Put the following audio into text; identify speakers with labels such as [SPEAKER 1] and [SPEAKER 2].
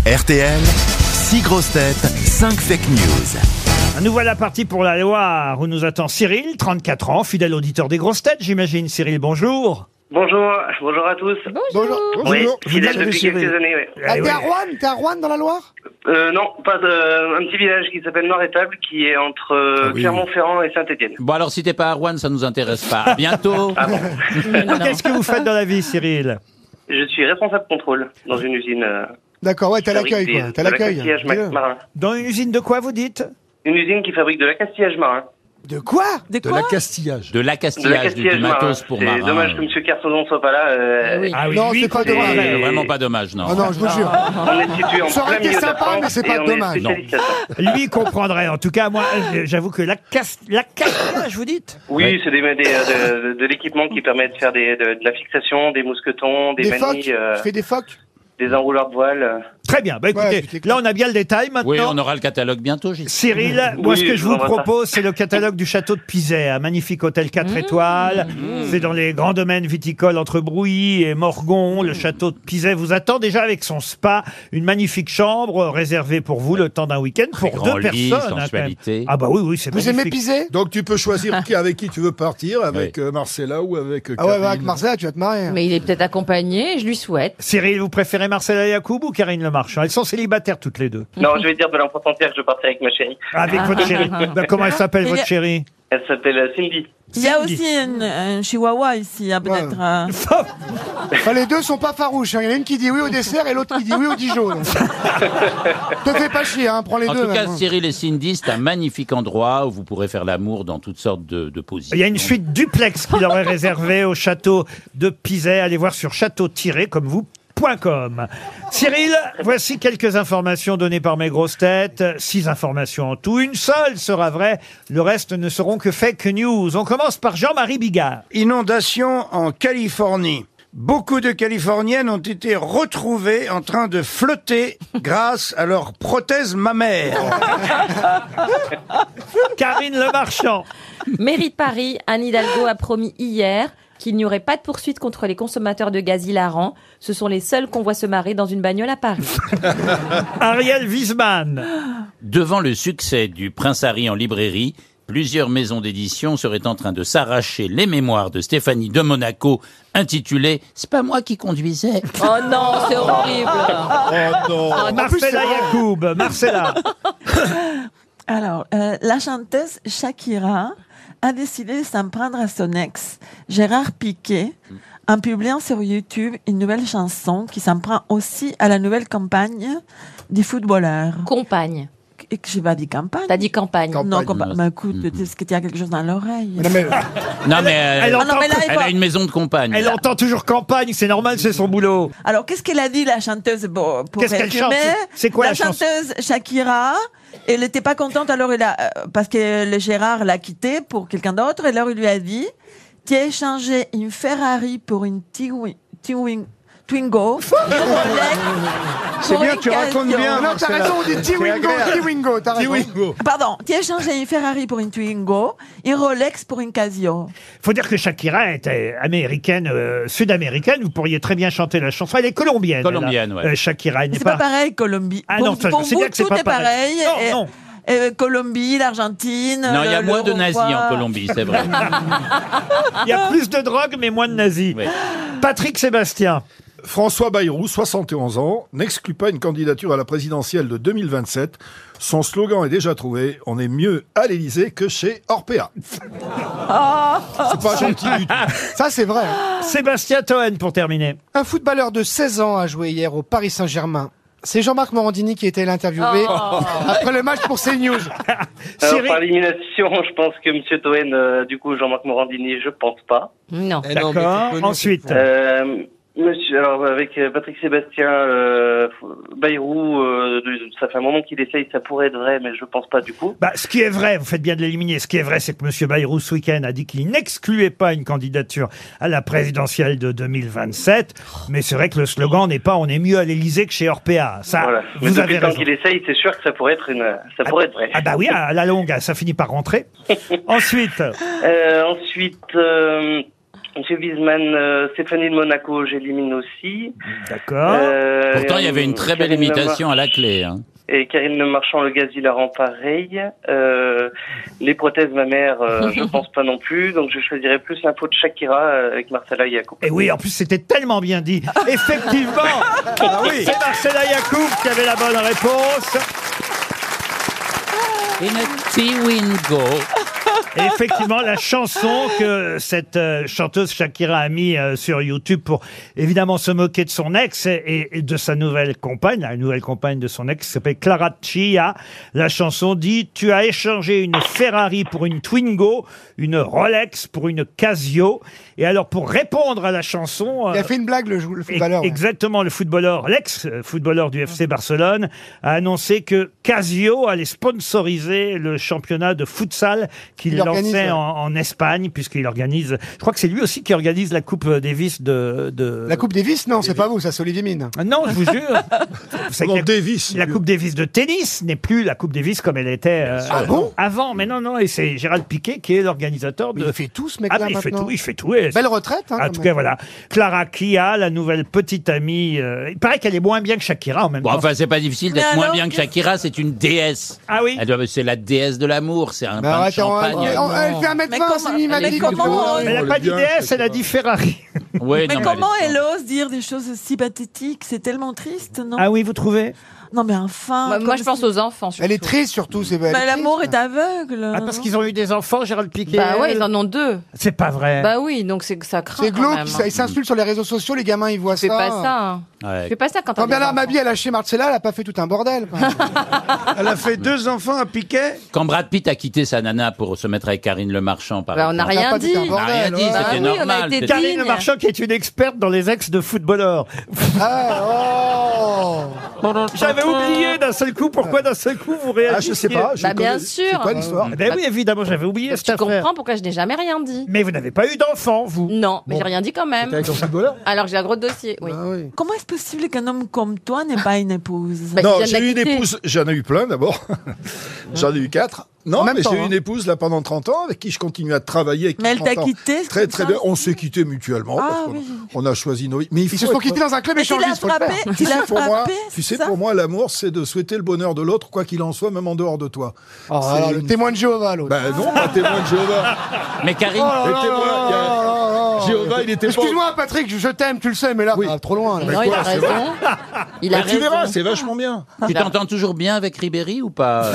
[SPEAKER 1] RTL, 6 grosses têtes, 5 fake news.
[SPEAKER 2] Ah, Nous voilà partis pour la Loire, où nous attend Cyril, 34 ans, fidèle auditeur des grosses têtes, j'imagine. Cyril, bonjour.
[SPEAKER 3] Bonjour, bonjour à tous.
[SPEAKER 4] Bonjour.
[SPEAKER 3] Oui, fidèle depuis quelques années. ouais.
[SPEAKER 4] Ah,
[SPEAKER 2] Eh
[SPEAKER 4] t'es
[SPEAKER 2] oui.
[SPEAKER 4] à Rouen T'es à Rouen dans la Loire
[SPEAKER 3] Euh, non, pas de, un petit village qui s'appelle Noir-Étable, qui est entre euh,
[SPEAKER 5] Ah oui.
[SPEAKER 3] Clermont-Ferrand et Saint-Étienne.
[SPEAKER 5] Bon alors si t'es pas à Rouen, ça nous intéresse pas. À bientôt.
[SPEAKER 3] Ah
[SPEAKER 2] Qu'est-ce que vous faites dans la vie, Cyril
[SPEAKER 3] Je suis responsable contrôle dans une usine. euh,
[SPEAKER 4] D'accord, ouais, t'es à l'accueil,
[SPEAKER 3] fabrique
[SPEAKER 4] quoi.
[SPEAKER 3] des-
[SPEAKER 4] T'es à
[SPEAKER 3] de
[SPEAKER 4] l'accueil.
[SPEAKER 3] l'accastillage ma-
[SPEAKER 4] Dis-le.
[SPEAKER 3] marin.
[SPEAKER 2] Dans une usine de quoi, vous dites
[SPEAKER 3] Une usine qui fabrique de l'accastillage marin.
[SPEAKER 4] De quoi
[SPEAKER 6] De
[SPEAKER 7] De
[SPEAKER 6] quoi
[SPEAKER 7] l'accastillage.
[SPEAKER 5] De
[SPEAKER 3] De
[SPEAKER 5] l'accastillage, du, du
[SPEAKER 3] l'accastillage marin.
[SPEAKER 5] matos pour
[SPEAKER 3] C'est
[SPEAKER 5] marin. Ah
[SPEAKER 3] dommage que M. Carson soit pas là.
[SPEAKER 4] Ah
[SPEAKER 3] euh,
[SPEAKER 6] oui.
[SPEAKER 2] oui,
[SPEAKER 4] Non,
[SPEAKER 2] lui,
[SPEAKER 4] c'est pas
[SPEAKER 2] il connaît.
[SPEAKER 4] dommage.
[SPEAKER 5] C'est Vraiment pas dommage, non.
[SPEAKER 4] Ah non, je vous jure.
[SPEAKER 3] On est situé en
[SPEAKER 4] Ça aurait
[SPEAKER 3] plein
[SPEAKER 4] été
[SPEAKER 3] milieu de la
[SPEAKER 4] sympa,
[SPEAKER 3] France
[SPEAKER 4] mais c'est
[SPEAKER 3] et
[SPEAKER 4] pas
[SPEAKER 3] on est
[SPEAKER 4] dommage.
[SPEAKER 3] spécialiste à ça.
[SPEAKER 2] Lui comprendrait. En tout cas, moi, euh, j'avoue que la casse, la casse, vous dites
[SPEAKER 3] Oui,
[SPEAKER 5] Ouais.
[SPEAKER 3] c'est des, des, euh, de, de- de l'équipement qui permet de faire des, de, de la fixation, des mousquetons, des,
[SPEAKER 4] Des phoques
[SPEAKER 3] manilles, euh,
[SPEAKER 4] Je fais des phoques
[SPEAKER 3] des enrouleurs de voile. euh.
[SPEAKER 2] Très bien. Bah
[SPEAKER 4] Ouais,
[SPEAKER 2] écoutez,
[SPEAKER 4] puis t'es-
[SPEAKER 2] là, on a bien le détail maintenant.
[SPEAKER 5] Oui, on aura le catalogue bientôt, j'y
[SPEAKER 2] Cyril, moi
[SPEAKER 3] Oui,
[SPEAKER 2] ce que je
[SPEAKER 3] je
[SPEAKER 2] vous
[SPEAKER 3] vous envoie ça.
[SPEAKER 2] propose, c'est le catalogue du château de Pizet, un magnifique hôtel 4 étoiles. C'est dans les grands domaines viticoles entre Brouilly et Morgon. Le château de Pizet vous attend déjà avec son spa, une magnifique chambre réservée pour vous le temps d'un week-end pour
[SPEAKER 5] grand
[SPEAKER 2] deux
[SPEAKER 5] lit,
[SPEAKER 2] personnes. hein, quand même.
[SPEAKER 5] sensualité.
[SPEAKER 2] ah bah oui, oui, c'est
[SPEAKER 4] Vous aimez
[SPEAKER 2] magnifique.
[SPEAKER 4] piser
[SPEAKER 7] Donc tu peux choisir qui, avec qui tu veux partir, avec euh, Marcella ou avec euh,
[SPEAKER 4] Ah ouais, bah, avec
[SPEAKER 7] Karine.
[SPEAKER 4] Marcella, tu vas te hein. marier.
[SPEAKER 6] Mais il est peut-être accompagné, je lui souhaite.
[SPEAKER 2] Cyril, vous préférez Marcela Yacoub ou Karine Le Marchand Elles sont célibataires toutes les deux.
[SPEAKER 3] Non, je vais dire de l'enfant entière que je partais avec ma chérie.
[SPEAKER 2] Avec votre chérie. Bah, comment elle s'appelle
[SPEAKER 8] Il y a-
[SPEAKER 2] votre chérie
[SPEAKER 3] Elle s'appelle euh, Cindy.
[SPEAKER 8] Il y a
[SPEAKER 2] Cindy.
[SPEAKER 8] aussi une, un chihuahua ici, hein, peut-être. hein.
[SPEAKER 4] Enfin, les deux sont pas farouches. hein. Il y en a une qui dit oui au dessert et l'autre qui dit oui au Dijon. donc. Te fais pas chier, hein. prends les
[SPEAKER 5] En
[SPEAKER 4] deux.
[SPEAKER 5] tout cas,
[SPEAKER 4] même.
[SPEAKER 5] Cyril et Cindy, c'est un magnifique endroit où vous pourrez faire l'amour dans toutes sortes de, de positions.
[SPEAKER 2] Il y a une suite duplex qu'il aurait réservée au château de Pizet. Allez voir sur château-tiré comme vous. .com. Cyril, voici quelques informations données par mes grosses têtes. Six informations en tout. Une seule sera vraie. Le reste ne seront que fake news. On commence par Jean-Marie Bigard.
[SPEAKER 9] Inondation en Californie. Beaucoup de Californiennes ont été retrouvées en train de flotter grâce à leur prothèse mammaire.
[SPEAKER 2] Karine Le Marchand.
[SPEAKER 6] Mairie de Paris, Anne Hidalgo a promis hier qu'il n'y aurait pas de poursuite contre les consommateurs de gaz hilarants. Ce sont les seuls qu'on voit se marrer dans une bagnole à Paris.
[SPEAKER 2] Ariel Wiesman.
[SPEAKER 5] Devant le succès du Prince Harry en librairie, plusieurs maisons d'édition seraient en train de s'arracher les mémoires de Stéphanie de Monaco intitulées C'est pas moi qui conduisais.
[SPEAKER 6] Oh non, c'est horrible
[SPEAKER 2] Marcella Yacoub. Marcella.
[SPEAKER 8] Alors, euh, la chanteuse Shakira a décidé de s'en prendre à son ex, Gérard Piquet, en publiant sur YouTube une nouvelle chanson qui s'en prend aussi à la nouvelle campagne des footballeurs.
[SPEAKER 6] Compagne.
[SPEAKER 8] Et que j'ai pas dit campagne.
[SPEAKER 6] T'as dit campagne.
[SPEAKER 8] Non,
[SPEAKER 7] Campagne.
[SPEAKER 8] campagne. Mais écoute, est-ce qu'il y a quelque chose dans l'oreille
[SPEAKER 4] Non, mais-
[SPEAKER 5] Non, mais euh,
[SPEAKER 2] elle
[SPEAKER 5] elle,
[SPEAKER 2] en-
[SPEAKER 8] Ah non, mais là, elle
[SPEAKER 5] a
[SPEAKER 8] parle-
[SPEAKER 5] une maison de campagne.
[SPEAKER 2] Elle entend toujours campagne. C'est normal, c'est son boulot.
[SPEAKER 8] Alors, qu'est-ce qu'elle a dit, la chanteuse bon, pour
[SPEAKER 2] Qu'est-ce qu'elle
[SPEAKER 8] résumer,
[SPEAKER 2] chante C'est quoi, la chanson
[SPEAKER 8] chanteuse Shakira, elle n'était pas contente, alors elle a, euh, parce que le Gérard l'a quittée pour quelqu'un d'autre, et alors il lui a dit Tu as échangé une Ferrari pour une Tiwi- Tiwi- Twingo.
[SPEAKER 9] C'est
[SPEAKER 8] Ah,
[SPEAKER 9] bien, tu racontes bien.
[SPEAKER 4] Non, t'as
[SPEAKER 9] Marcella.
[SPEAKER 4] raison, on dit T-Wingo,
[SPEAKER 9] agréable.
[SPEAKER 4] T-Wingo, t'as raison.
[SPEAKER 7] Kiwingo.
[SPEAKER 8] Pardon, tu as échangé une Ferrari pour une Twingo, une Rolex pour une Casio.
[SPEAKER 2] faut dire que Shakira était américaine, euh, sud-américaine. Vous pourriez très bien chanter la chanson. Elle est colombienne.
[SPEAKER 5] Colombienne,
[SPEAKER 2] elle, hein.
[SPEAKER 5] ouais.
[SPEAKER 2] Euh, Shakira, elle n'est
[SPEAKER 8] C'est pas, pareil, Colombie.
[SPEAKER 2] Ah
[SPEAKER 8] pour
[SPEAKER 2] non, ça,
[SPEAKER 8] pour
[SPEAKER 2] je sais
[SPEAKER 8] vous,
[SPEAKER 2] bien que c'est
[SPEAKER 8] tout
[SPEAKER 2] pas
[SPEAKER 8] est pareil.
[SPEAKER 2] pareil.
[SPEAKER 8] et-
[SPEAKER 2] Non, non.
[SPEAKER 8] et euh, Colombie, l'Argentine. euh,
[SPEAKER 5] Non, il y a
[SPEAKER 8] le-
[SPEAKER 5] moins
[SPEAKER 8] le
[SPEAKER 5] de nazis
[SPEAKER 8] Uruguay.
[SPEAKER 5] en Colombie, c'est vrai.
[SPEAKER 8] Euh,
[SPEAKER 2] Il y a plus de drogue, mais moins de nazis.
[SPEAKER 5] Oui.
[SPEAKER 2] Patrick Sébastien.
[SPEAKER 7] François Bayrou, 71 ans, n'exclut pas une candidature à la présidentielle de 2027. Son slogan est déjà trouvé, on est mieux à l'Élysée que chez Orpea. C'est pas gentil du tout.
[SPEAKER 4] Ça, c'est vrai. hein.
[SPEAKER 2] Sébastien Toen pour terminer.
[SPEAKER 4] Un footballeur de 16 ans a joué hier au Paris Saint-Germain. C'est Jean-Marc Morandini qui était l'interviewé
[SPEAKER 2] Oh.
[SPEAKER 4] après le match pour CNews.
[SPEAKER 3] Alors,
[SPEAKER 2] Cyril.
[SPEAKER 3] Euh, par élimination, je pense que M. Toen, euh, du coup, Jean-Marc Morandini, je pense pas.
[SPEAKER 8] Euh,
[SPEAKER 6] Non.
[SPEAKER 3] Eh
[SPEAKER 2] D'accord. Ensuite.
[SPEAKER 3] Euh, monsieur, alors, avec euh, Patrick Sébastien, euh, Bayrou, euh, de- ça fait un moment qu'il essaye, ça pourrait être vrai, mais je pense pas, du coup.
[SPEAKER 2] Bah, ce qui est vrai, vous faites bien de l'éliminer, ce qui est vrai, c'est que M. Bayrou, ce week-end, a dit qu'il n'excluait pas une candidature à la présidentielle de 2027. Mais c'est vrai que le slogan n'est pas « On est mieux à l'Élysée que chez Orpea ». Ça,
[SPEAKER 3] voilà. Mais
[SPEAKER 2] Ah, vous
[SPEAKER 3] depuis
[SPEAKER 2] avez
[SPEAKER 3] le temps
[SPEAKER 2] raison.
[SPEAKER 3] qu'il essaye, c'est sûr que ça pourrait être une, euh, ça pourrait être vrai.
[SPEAKER 2] Ah bah oui, à la longue, ça finit par rentrer. Ensuite,
[SPEAKER 3] Euh, ensuite, euh, Monsieur Wiesmann, euh, Stéphanie de Monaco, j'élimine aussi.
[SPEAKER 2] D'accord.
[SPEAKER 3] Euh,
[SPEAKER 5] Pourtant, il y avait une très belle
[SPEAKER 3] Karine
[SPEAKER 5] imitation à la clé. hein.
[SPEAKER 3] Lemar- Et Karine Le Marchand, le gaz, il la rend pareil. Euh, les prothèses, ma mère, euh, je pense pas non plus. Donc, je choisirais plus l'info de Shakira euh, avec Marcella Yacoub.
[SPEAKER 2] Et Eh oui, en plus, c'était tellement bien dit. Effectivement, c'est Marcella Yacoub qui avait la bonne réponse.
[SPEAKER 5] In a T-Wingo.
[SPEAKER 2] Et effectivement, la chanson que cette euh, chanteuse Shakira a mis euh, sur YouTube pour évidemment se moquer de son ex et, et de sa nouvelle compagne, la nouvelle compagne de son ex qui s'appelle Clara Chia. La chanson dit Tu as échangé une Ferrari pour une Twingo, une Rolex pour une Casio. Et alors, pour répondre à la chanson.
[SPEAKER 4] Il
[SPEAKER 2] euh,
[SPEAKER 4] a fait une blague, le, jou- le footballeur.
[SPEAKER 2] Ex- Exactement, le footballeur, l'ex-footballeur du FC Barcelone, a annoncé que Casio allait sponsoriser le championnat de futsal qu'il
[SPEAKER 4] Il organise,
[SPEAKER 2] lançait
[SPEAKER 4] ouais.
[SPEAKER 2] en, en Espagne, puisqu'il organise. Je crois que c'est lui aussi qui organise la Coupe Davis de. de...
[SPEAKER 4] La Coupe Davis, non,
[SPEAKER 2] euh,
[SPEAKER 4] c'est pas vous, ça, c'est Olivier Mine.
[SPEAKER 2] Ah Non, je vous jure. Vous savez que
[SPEAKER 7] Non,
[SPEAKER 2] la-
[SPEAKER 7] Davis.
[SPEAKER 2] la Coupe Davis de tennis n'est plus la Coupe Davis comme elle était euh,
[SPEAKER 7] Ah bon
[SPEAKER 2] avant. Mais non, non, et c'est Gérald Piquet qui est l'organisateur
[SPEAKER 4] Mais
[SPEAKER 2] de.
[SPEAKER 4] Il fait tout, ce mec-là,
[SPEAKER 2] Ah, mais il fait
[SPEAKER 4] maintenant.
[SPEAKER 2] tout, il fait tout. et-
[SPEAKER 4] Belle retraite,
[SPEAKER 6] Ah,
[SPEAKER 4] hein,
[SPEAKER 2] en
[SPEAKER 4] quand
[SPEAKER 2] tout
[SPEAKER 4] même.
[SPEAKER 2] cas, voilà. Clara Kia, la nouvelle petite amie. euh, il paraît qu'elle est moins bien que Shakira en même
[SPEAKER 5] Bon,
[SPEAKER 2] temps.
[SPEAKER 5] enfin, c'est pas difficile d'être
[SPEAKER 8] Mais
[SPEAKER 5] moins
[SPEAKER 8] alors,
[SPEAKER 5] bien que
[SPEAKER 8] qu'est-ce-
[SPEAKER 5] Shakira, c'est une déesse.
[SPEAKER 2] Ah oui
[SPEAKER 5] Elle doit- C'est la déesse de l'amour, c'est un
[SPEAKER 4] Mais
[SPEAKER 5] pain de
[SPEAKER 4] arrête, on-
[SPEAKER 5] champagne. euh,
[SPEAKER 4] on- on- Bah, elle fait 1m20,
[SPEAKER 8] Mais comment-
[SPEAKER 4] c'est
[SPEAKER 8] mais
[SPEAKER 4] minimaliste.
[SPEAKER 8] comment-
[SPEAKER 2] Elle n'a
[SPEAKER 7] Oh,
[SPEAKER 2] pas
[SPEAKER 7] le bien,
[SPEAKER 2] d'IDS, elle a
[SPEAKER 7] Shakira.
[SPEAKER 2] dit Ferrari.
[SPEAKER 5] Ouais,
[SPEAKER 8] Mais
[SPEAKER 5] non,
[SPEAKER 8] comment
[SPEAKER 5] elle
[SPEAKER 8] elle
[SPEAKER 5] est-
[SPEAKER 8] ose dire des choses si pathétiques C'est tellement triste, non
[SPEAKER 2] Ah oui, vous trouvez
[SPEAKER 8] Non, mais enfin.
[SPEAKER 6] Moi, moi,
[SPEAKER 8] comme
[SPEAKER 6] je pense
[SPEAKER 8] si-
[SPEAKER 6] aux enfants. surtout.
[SPEAKER 4] Elle est triste, surtout. c'est elle
[SPEAKER 8] Bah,
[SPEAKER 4] est
[SPEAKER 8] L'amour
[SPEAKER 4] triste.
[SPEAKER 8] est aveugle.
[SPEAKER 2] Ah, parce qu'ils ont eu des enfants, Gérald Piquet.
[SPEAKER 6] Bah ouais, ils en ont deux.
[SPEAKER 2] C'est pas vrai.
[SPEAKER 6] Bah oui, donc c'est que ça craint.
[SPEAKER 4] C'est
[SPEAKER 6] quand
[SPEAKER 4] glauque,
[SPEAKER 6] même,
[SPEAKER 4] ils
[SPEAKER 6] hein.
[SPEAKER 4] ils s'insultent sur les réseaux sociaux, les gamins, ils voient
[SPEAKER 6] Fais
[SPEAKER 4] ça.
[SPEAKER 6] pas ça. hein.
[SPEAKER 5] Ouais.
[SPEAKER 6] Fais pas ça quand t'as
[SPEAKER 4] Quand
[SPEAKER 6] des
[SPEAKER 4] Bernard
[SPEAKER 6] enfants.
[SPEAKER 4] Mabie, elle a chez Marcella, elle a pas fait tout un bordel. quoi.
[SPEAKER 9] Elle a fait deux enfants à Piquet.
[SPEAKER 5] Quand Brad Pitt a quitté sa nana pour se mettre avec Karine Le Marchand, par
[SPEAKER 6] Bah, on
[SPEAKER 5] exemple.
[SPEAKER 6] n'a
[SPEAKER 4] Elle a
[SPEAKER 6] rien
[SPEAKER 4] pas
[SPEAKER 6] dit.
[SPEAKER 4] tout un
[SPEAKER 5] On n'a rien
[SPEAKER 4] bordel.
[SPEAKER 5] dit,
[SPEAKER 4] ouais.
[SPEAKER 6] Bah
[SPEAKER 8] Ah
[SPEAKER 5] c'était
[SPEAKER 6] oui, on a
[SPEAKER 5] normal.
[SPEAKER 6] été
[SPEAKER 5] c'était-
[SPEAKER 6] dit.
[SPEAKER 2] Karine Le Marchand, qui est une experte dans les ex de footballeurs.
[SPEAKER 4] Ah, oh.
[SPEAKER 6] Bah,
[SPEAKER 2] J'avais oublié d'un seul coup. Pourquoi d'un seul coup vous
[SPEAKER 7] Ah,
[SPEAKER 2] réagissez
[SPEAKER 7] je sais pas. je
[SPEAKER 6] Bah, bien
[SPEAKER 7] connais- C'est
[SPEAKER 6] sûr.
[SPEAKER 7] quoi l'histoire
[SPEAKER 4] Ah
[SPEAKER 2] Ben oui, évidemment, j'avais oublié
[SPEAKER 6] Donc,
[SPEAKER 2] cette
[SPEAKER 6] Bah, tu
[SPEAKER 2] affaire.
[SPEAKER 6] comprends pourquoi je n'ai jamais rien dit.
[SPEAKER 2] Mais vous n'avez pas eu d'enfant, vous
[SPEAKER 6] Non, mais j'ai rien dit quand
[SPEAKER 7] T'es
[SPEAKER 6] même.
[SPEAKER 7] avec un footballeur
[SPEAKER 6] Alors que j'ai un gros dossier. Oui.
[SPEAKER 4] Ah oui.
[SPEAKER 8] Comment est-ce possible qu'un homme comme toi n'ait pas une épouse
[SPEAKER 6] Bah, il
[SPEAKER 7] Non,
[SPEAKER 6] vient de
[SPEAKER 7] j'ai
[SPEAKER 6] la
[SPEAKER 7] eu une
[SPEAKER 6] quitter.
[SPEAKER 7] épouse, j'en ai eu plein d'abord. j'en ai eu quatre. Non,
[SPEAKER 4] En même
[SPEAKER 7] mais
[SPEAKER 4] temps,
[SPEAKER 7] j'ai eu
[SPEAKER 4] hein.
[SPEAKER 7] une épouse là pendant 30 ans avec qui je continue à travailler. avec qui
[SPEAKER 8] Mais elle
[SPEAKER 7] je
[SPEAKER 8] t'a
[SPEAKER 7] m'entends
[SPEAKER 8] quitté, c'est
[SPEAKER 7] Très,
[SPEAKER 8] comme
[SPEAKER 7] très
[SPEAKER 8] ça
[SPEAKER 7] bien. On s'est quittés mutuellement.
[SPEAKER 8] Ah,
[SPEAKER 7] parce qu'on-
[SPEAKER 8] oui.
[SPEAKER 7] On a choisi nos vies. Mais il faut
[SPEAKER 4] Ils se sont
[SPEAKER 7] être-
[SPEAKER 4] quittés dans un club
[SPEAKER 8] Mais tu l'as
[SPEAKER 4] échangiste, faut le
[SPEAKER 8] frappé,
[SPEAKER 4] faire.
[SPEAKER 8] tu
[SPEAKER 7] Tu sais,
[SPEAKER 8] l'as
[SPEAKER 7] pour moi,
[SPEAKER 8] frappé.
[SPEAKER 7] tu sais,
[SPEAKER 8] c'est ça
[SPEAKER 7] pour moi, l'amour, c'est de souhaiter le bonheur de l'autre, quoi qu'il en soit, même en dehors de toi.
[SPEAKER 4] Oh, alors,
[SPEAKER 7] C'est
[SPEAKER 4] le
[SPEAKER 7] une-
[SPEAKER 4] témoin de Jéhovah, l'autre.
[SPEAKER 7] Ben non, pas témoin de Jéhovah.
[SPEAKER 5] Mais Karine,
[SPEAKER 7] Le témoin, il y a- Jéhovah, il était pas-
[SPEAKER 4] Excuse-moi, Patrick, je t'aime, tu le sais, mais là,
[SPEAKER 7] Oui. Bah,
[SPEAKER 4] t'as trop loin. là.
[SPEAKER 6] Non, il a raison. Il a
[SPEAKER 7] Ben, tu verras,
[SPEAKER 6] raison.
[SPEAKER 7] c'est vachement
[SPEAKER 8] Oh.
[SPEAKER 7] bien.
[SPEAKER 5] tu t'entends toujours bien avec Ribéry ou pas